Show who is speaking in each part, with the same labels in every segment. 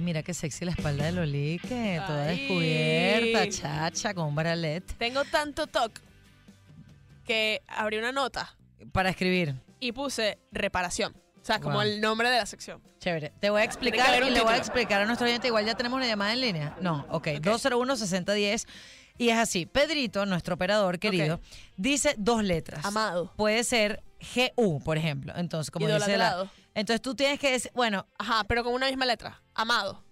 Speaker 1: mira qué sexy la espalda de Lolique, toda descubierta,
Speaker 2: Ay.
Speaker 1: chacha, con un bralet.
Speaker 2: Tengo tanto TOC que abrí una nota
Speaker 1: Para escribir,
Speaker 2: y puse reparación. O sea, como
Speaker 1: Wow.
Speaker 2: el nombre de la sección.
Speaker 1: chévere. Te voy a
Speaker 2: que
Speaker 1: explicar
Speaker 2: haber
Speaker 1: y
Speaker 2: un
Speaker 1: le voy a
Speaker 2: título.
Speaker 1: explicar a nuestro oyente. Igual ya tenemos una llamada en línea. No, ok, 201-6010. Y es así, Pedrito, nuestro operador querido, dice dos letras.
Speaker 2: Amado.
Speaker 1: Puede ser GU, por ejemplo. Entonces, como dice la...
Speaker 2: Idolatrado.
Speaker 1: Entonces tú tienes que decir, bueno,
Speaker 2: Ajá, pero con una misma letra. Amado.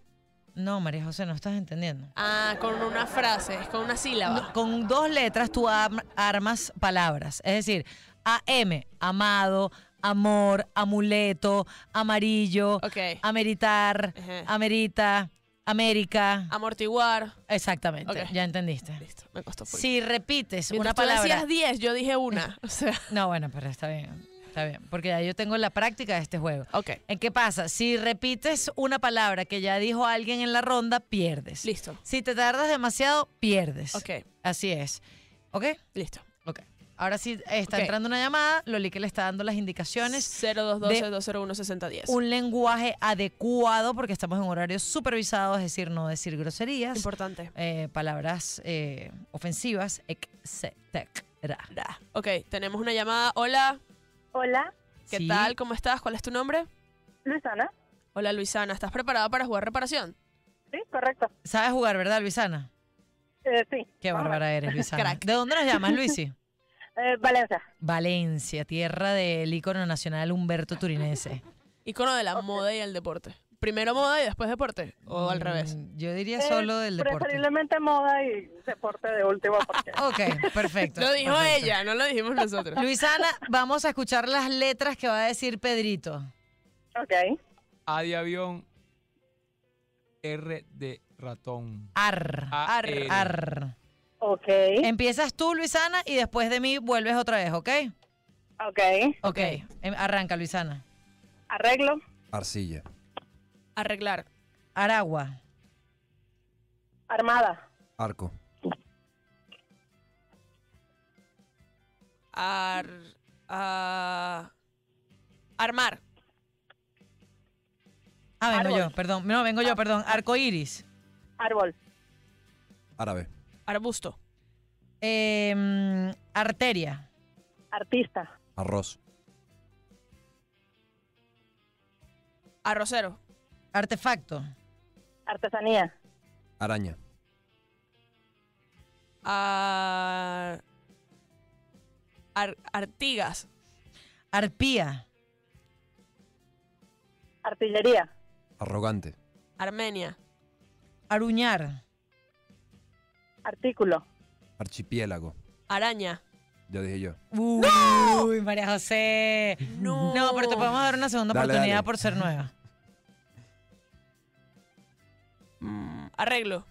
Speaker 1: no, María José, no estás entendiendo.
Speaker 2: Ah, con una frase, es con una sílaba.
Speaker 1: No, con dos letras tú am- armas palabras. Es decir, AM, amado, amor, amuleto, amarillo,
Speaker 2: Ok. Eh.
Speaker 1: ameritar,
Speaker 2: Ejé.
Speaker 1: amerita, América.
Speaker 2: Amortiguar.
Speaker 1: Exactamente,
Speaker 2: Ah. Ok.
Speaker 1: ya entendiste.
Speaker 2: Listo, me costó full.
Speaker 1: Si repites
Speaker 2: Mientras
Speaker 1: una
Speaker 2: tú
Speaker 1: palabra...
Speaker 2: decías 10, yo dije una. O sea,
Speaker 1: No, bueno, pero está bien, está bien, porque ya yo tengo la práctica de este juego.
Speaker 2: ok.
Speaker 1: ¿En qué pasa? Si repites una palabra que ya dijo alguien en la ronda, pierdes.
Speaker 2: Listo.
Speaker 1: Si te tardas demasiado, pierdes.
Speaker 2: Ok,
Speaker 1: Así es. ¿Ok?
Speaker 2: listo.
Speaker 1: Ok. Ahora sí está
Speaker 2: Ok.
Speaker 1: entrando una llamada, Loli que le está dando las indicaciones,
Speaker 2: 0212 201 6010.
Speaker 1: un lenguaje adecuado porque estamos en horario supervisado, es decir, no decir groserías,
Speaker 2: Importante.
Speaker 1: eh, palabras eh, ofensivas, etc.
Speaker 2: Da. Ok, tenemos una llamada. Hola,
Speaker 3: Hola,
Speaker 2: ¿qué
Speaker 1: Sí.
Speaker 2: tal? ¿Cómo estás? ¿Cuál es tu nombre?
Speaker 3: Luisana.
Speaker 2: Hola, Luisana. ¿Estás preparada para jugar reparación?
Speaker 3: Sí, correcto.
Speaker 1: ¿Sabes jugar, verdad, Luisana?
Speaker 3: Eh, sí.
Speaker 1: Qué
Speaker 3: Vamos.
Speaker 1: bárbara eres, Luisana.
Speaker 2: Crack.
Speaker 1: ¿De dónde nos llamas, Luisi?
Speaker 3: Eh, Valencia.
Speaker 1: Valencia, tierra del ícono nacional Humberto Turinese.
Speaker 2: Icono de la moda y el deporte. Primero moda y después deporte. O al
Speaker 1: Mm,
Speaker 2: revés.
Speaker 1: Yo diría
Speaker 3: Eh,
Speaker 1: solo del deporte.
Speaker 3: Preferiblemente moda y deporte de último. Porque...
Speaker 1: Ok, perfecto.
Speaker 2: Lo dijo
Speaker 1: perfecto.
Speaker 2: ella, no lo dijimos nosotros.
Speaker 1: Luisana, vamos a escuchar las letras que va a decir Pedrito.
Speaker 3: ok.
Speaker 4: A de avión, R de ratón.
Speaker 1: Ar.
Speaker 4: A
Speaker 2: Ar.
Speaker 4: L.
Speaker 1: Ar.
Speaker 3: Ok.
Speaker 1: Empiezas tú, Luisana, y después de mí vuelves otra vez, ¿ok?
Speaker 3: Ok.
Speaker 1: Ok. Em- Arranca, Luisana.
Speaker 3: Arreglo.
Speaker 5: Arcilla.
Speaker 2: Arreglar.
Speaker 1: Aragua.
Speaker 3: Armada.
Speaker 5: Arco.
Speaker 2: Ar, ah, armar.
Speaker 1: Ah, vengo
Speaker 3: Árbol.
Speaker 1: yo, perdón. No, vengo yo, perdón. Arco iris.
Speaker 3: Árbol.
Speaker 5: Árabe.
Speaker 2: Arbusto.
Speaker 1: Em, arteria.
Speaker 3: Artista.
Speaker 5: Arroz.
Speaker 2: Arrocero.
Speaker 1: Artefacto.
Speaker 3: Artesanía.
Speaker 5: Araña.
Speaker 2: Ar, ar- artigas.
Speaker 1: Arpía.
Speaker 3: Artillería.
Speaker 5: Arrogante.
Speaker 2: Armenia.
Speaker 1: Aruñar.
Speaker 3: Artículo.
Speaker 5: Archipiélago.
Speaker 2: Araña.
Speaker 5: Ya dije yo.
Speaker 1: Uy, María José.
Speaker 2: No.
Speaker 1: No, pero te podemos dar una segunda
Speaker 5: Dale,
Speaker 1: oportunidad
Speaker 5: dale.
Speaker 1: por ser nueva.
Speaker 2: Mm, Arreglo.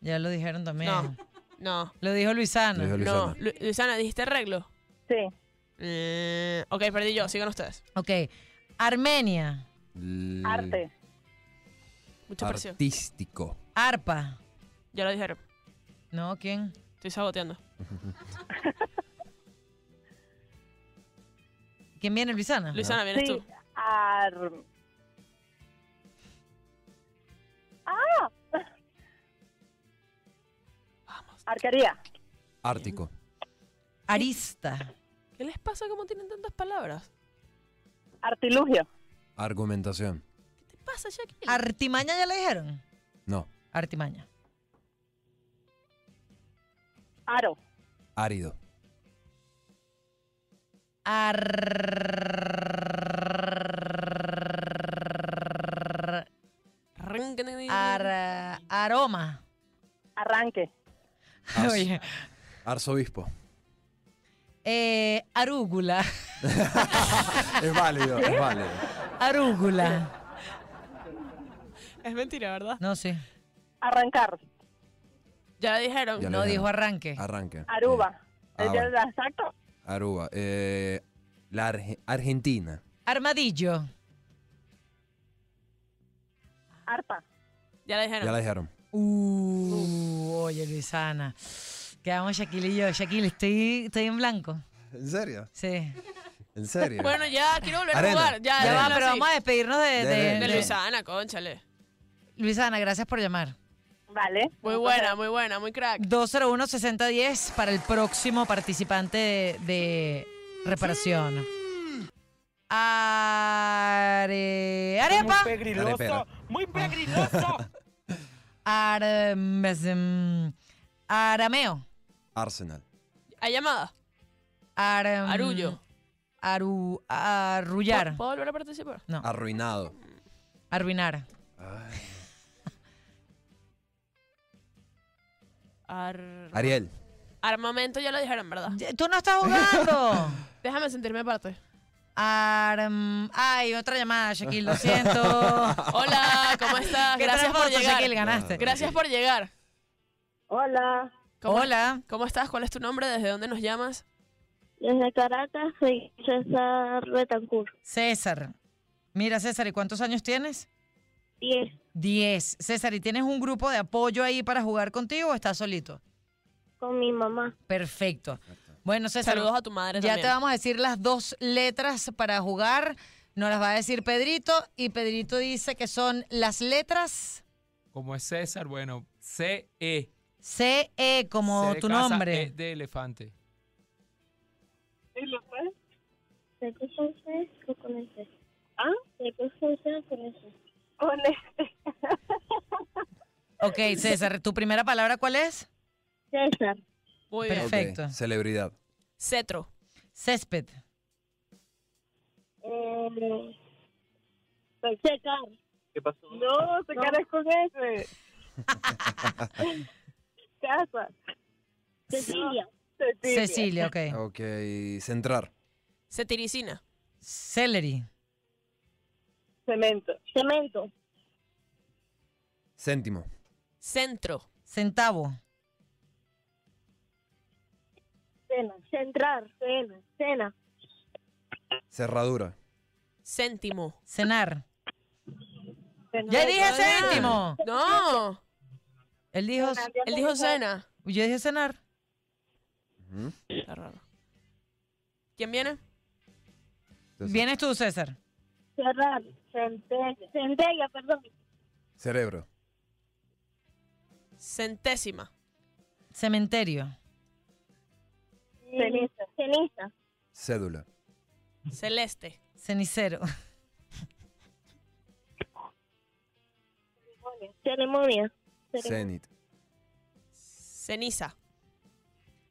Speaker 1: Ya lo dijeron también.
Speaker 2: No. No.
Speaker 1: Lo dijo Luisana.
Speaker 5: Lo dijo
Speaker 2: No.
Speaker 5: Luisana.
Speaker 2: Lu- Luisana, ¿dijiste arreglo?
Speaker 3: Sí.
Speaker 2: Eh, ok, perdí yo. Sigan ustedes.
Speaker 1: Ok. Armenia. Mm.
Speaker 5: L-
Speaker 3: Arte.
Speaker 2: Mucha presión.
Speaker 5: Artístico.
Speaker 1: Arpa.
Speaker 2: Ya lo dijeron.
Speaker 1: No, ¿quién?
Speaker 2: Estoy saboteando.
Speaker 1: ¿Quién viene, Luisana?
Speaker 2: Luisana, vienes
Speaker 3: Sí.
Speaker 2: tú.
Speaker 3: Ar... Ah. Arquería.
Speaker 5: Ártico.
Speaker 1: Arista.
Speaker 2: ¿Qué les pasa? ¿Cómo tienen tantas palabras?
Speaker 3: Artilugio.
Speaker 5: Argumentación.
Speaker 2: ¿Qué pasa, Jackie?
Speaker 1: Artimaña ya le dijeron.
Speaker 5: No.
Speaker 1: Artimaña.
Speaker 3: Aro.
Speaker 5: Árido.
Speaker 1: Ar... ar- Aroma.
Speaker 3: Arranque.
Speaker 5: Ars-
Speaker 1: Oye.
Speaker 5: Arzobispo.
Speaker 1: Eh, arúgula.
Speaker 5: Es válido, es válido.
Speaker 1: Arúgula.
Speaker 2: Es mentira, ¿verdad?
Speaker 1: No, sí.
Speaker 3: Arrancar.
Speaker 2: Ya lo dijeron.
Speaker 5: Ya lo
Speaker 1: No
Speaker 5: dijeron.
Speaker 1: dijo arranque.
Speaker 5: Arranque.
Speaker 3: Aruba.
Speaker 5: Ah,
Speaker 3: Eh, ya-
Speaker 5: bueno.
Speaker 3: Exacto.
Speaker 5: Eh, Aruba. Eh, la Arge- Argentina.
Speaker 1: Armadillo.
Speaker 3: Arpa.
Speaker 2: Ya lo dijeron.
Speaker 5: Ya la dijeron.
Speaker 1: Uh, oye, Luisana. Quedamos Shaquille y yo. Shaquille, estoy, estoy en blanco.
Speaker 5: ¿En serio?
Speaker 1: Sí.
Speaker 5: ¿En serio?
Speaker 2: Bueno, ya, quiero volver a
Speaker 5: Arena.
Speaker 2: jugar. Ya,
Speaker 1: Ya va,
Speaker 5: Arena.
Speaker 2: déjalo
Speaker 1: pero
Speaker 2: así.
Speaker 1: vamos a despedirnos de,
Speaker 5: Ya,
Speaker 1: de-
Speaker 5: ya,
Speaker 2: De
Speaker 1: de-
Speaker 5: ya.
Speaker 2: Luisana, conchale.
Speaker 1: Luisana, gracias por llamar.
Speaker 3: Vale.
Speaker 2: Muy buena, muy buena, muy crack.
Speaker 1: 201-6010 para el próximo participante de, de reparación. Are- arepa.
Speaker 5: Arepera.
Speaker 6: muy pegriloso.
Speaker 1: Armesem. mm, arameo.
Speaker 5: Arsenal.
Speaker 2: ¿Hay llamada?
Speaker 1: Aram-
Speaker 2: Arullo.
Speaker 1: mm, Aru, arrullar.
Speaker 2: ¿Puedo volver a participar?
Speaker 1: No,
Speaker 5: Arruinado.
Speaker 1: arruinar.
Speaker 2: Ar-
Speaker 5: Ariel.
Speaker 2: Armamento ya lo dijeron, ¿verdad?
Speaker 1: Ya, Tú no estás jugando.
Speaker 2: Déjame sentirme parte.
Speaker 1: Arm- mm, Ay, otra llamada, Shaquille, lo siento.
Speaker 2: Hola, ¿cómo estás?
Speaker 1: Qué
Speaker 2: Gracias por
Speaker 1: tramposo,
Speaker 2: llegar.
Speaker 1: Shaquille, ganaste.
Speaker 2: Gracias por llegar.
Speaker 3: Hola.
Speaker 2: ¿Cómo-
Speaker 1: Hola.
Speaker 2: ¿Cómo estás? ¿Cuál es tu nombre? ¿Desde dónde nos llamas?
Speaker 7: Desde Caracas soy César Betancourt.
Speaker 1: César. Mira, César, ¿y cuántos años tienes?
Speaker 7: 10.
Speaker 1: Diez. César, ¿y tienes un grupo de apoyo ahí para jugar contigo o estás solito?
Speaker 7: Con mi mamá.
Speaker 1: Perfecto. Bueno, César.
Speaker 2: Saludos a tu madre
Speaker 1: Ya
Speaker 2: también.
Speaker 1: te vamos a decir las dos letras para jugar. Nos las va a decir Pedrito y Pedrito dice que son las letras
Speaker 4: Como es César, bueno, C-E.
Speaker 1: CE como
Speaker 4: C de
Speaker 1: tu
Speaker 4: casa, E
Speaker 1: nombre.
Speaker 4: de elefante.
Speaker 7: Se puso el sexo con el sexo.
Speaker 3: ¿Ah?
Speaker 7: Se puso el sexo con el sexo.
Speaker 3: Con este.
Speaker 1: Ok, César, ¿tu primera palabra cuál es?
Speaker 7: César.
Speaker 2: Muy bien.
Speaker 1: Perfecto.
Speaker 5: Ok, Celebridad.
Speaker 2: Cetro.
Speaker 1: Césped.
Speaker 7: Eh, secar.
Speaker 3: No, se quedas con ese. Casa.
Speaker 7: Cecilia.
Speaker 3: Cecilia.
Speaker 1: Cecilia,
Speaker 4: Oh.
Speaker 1: ok.
Speaker 5: Ok. Centrar.
Speaker 2: Cetiricina.
Speaker 1: Celery.
Speaker 3: Cemento.
Speaker 7: Cemento.
Speaker 5: Céntimo.
Speaker 2: Centro.
Speaker 1: Centavo.
Speaker 7: Cena. Centrar. Cena. Cena.
Speaker 5: Cerradura.
Speaker 2: Céntimo.
Speaker 1: Cenar. Ya dije
Speaker 2: No,
Speaker 1: céntimo.
Speaker 2: No.
Speaker 1: Él dijo.
Speaker 2: Él dijo cena.
Speaker 1: Yo dije cenar.
Speaker 5: Ujú.
Speaker 2: Está raro. ¿Quién viene?
Speaker 5: Entonces,
Speaker 1: Vienes tú, César.
Speaker 7: Cerrar. Centella. Centella, perdón.
Speaker 5: Cerebro.
Speaker 2: Centésima.
Speaker 1: Cementerio.
Speaker 7: Ceniza. Ceniza.
Speaker 5: Cédula.
Speaker 2: Celeste.
Speaker 1: Cenicero.
Speaker 7: Ceremonia.
Speaker 5: Cenit.
Speaker 2: Ceniza.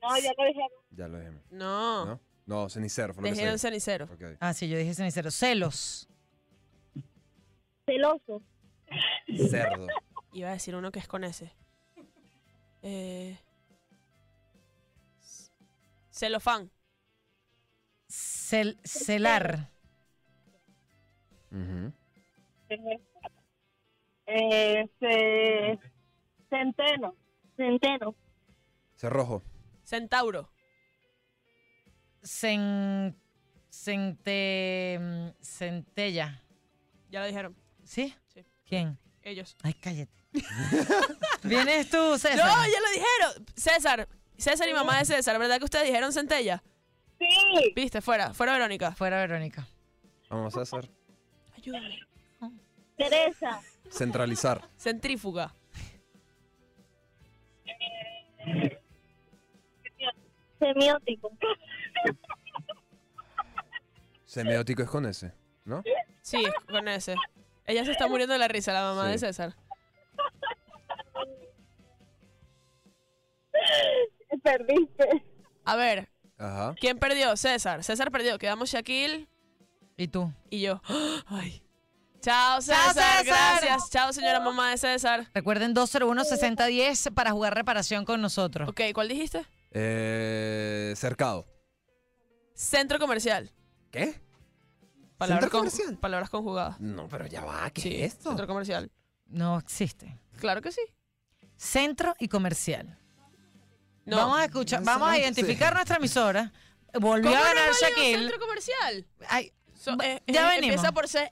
Speaker 7: No, ya lo dije.
Speaker 5: Ya lo dijimos.
Speaker 2: No.
Speaker 5: ¿No? No, cenicero. Fue lo que
Speaker 2: Dijeron
Speaker 5: se
Speaker 2: cenicero.
Speaker 5: Ok.
Speaker 1: Ah, sí, yo dije cenicero. Celos.
Speaker 7: Celoso.
Speaker 5: Cerdo.
Speaker 2: Iba a decir uno que es con ese. Eh... c- Celofán.
Speaker 1: Cel- celar.
Speaker 5: Ujú.
Speaker 3: Eh, ce- Centeno.
Speaker 7: Centeno.
Speaker 5: Cerrojo.
Speaker 2: Centauro.
Speaker 1: Cen, cente- mm, centella.
Speaker 2: Ya lo dijeron.
Speaker 1: ¿Sí?
Speaker 2: Sí.
Speaker 1: ¿Quién?
Speaker 2: Ellos.
Speaker 1: Ay, cállate. Vienes tú, César.
Speaker 2: No, ya lo dijeron. César. César y mamá de César. ¿Verdad que ustedes dijeron centella?
Speaker 3: Sí.
Speaker 2: Viste, fuera. Fuera Verónica.
Speaker 1: Fuera Verónica.
Speaker 5: Vamos a hacer.
Speaker 2: Ayúdame.
Speaker 7: Teresa.
Speaker 5: Centralizar.
Speaker 2: Centrífuga.
Speaker 7: Semiótico.
Speaker 5: Semiótico es con ese. ¿No?
Speaker 2: Sí, es con ese. Ella se está muriendo de la risa, la mamá
Speaker 5: Sí.
Speaker 2: de César.
Speaker 3: Perdiste.
Speaker 2: A ver,
Speaker 5: Ajá.
Speaker 2: ¿quién perdió? César. César perdió. Quedamos Shaquille
Speaker 1: ¿Y tú?
Speaker 2: y yo. Ay. Chao, César.
Speaker 1: César.
Speaker 2: Gracias. Chao, señora mamá de César.
Speaker 1: Recuerden 201-6010 para jugar reparación con nosotros.
Speaker 2: Ok, ¿cuál dijiste?
Speaker 5: Eh, cercado.
Speaker 2: Centro comercial.
Speaker 5: ¿Qué?
Speaker 2: Palabras,
Speaker 5: ¿Centro
Speaker 2: con-
Speaker 5: comercial?
Speaker 2: palabras conjugadas.
Speaker 5: No, pero ya va. ¿Qué
Speaker 2: Sí,
Speaker 5: es esto?
Speaker 2: Centro comercial.
Speaker 1: No existe.
Speaker 2: Claro que sí.
Speaker 1: Centro y comercial.
Speaker 2: No.
Speaker 1: Vamos a escuchar, vamos a
Speaker 5: Sí.
Speaker 1: identificar nuestra emisora. Volvió
Speaker 2: ¿Cómo
Speaker 1: a
Speaker 2: no
Speaker 1: ganar
Speaker 2: nos leo
Speaker 1: Shaquille.
Speaker 2: centro comercial?
Speaker 1: Ay,
Speaker 2: So-
Speaker 1: Va-
Speaker 2: eh,
Speaker 1: ya
Speaker 2: eh,
Speaker 1: venimos.
Speaker 2: Empieza por C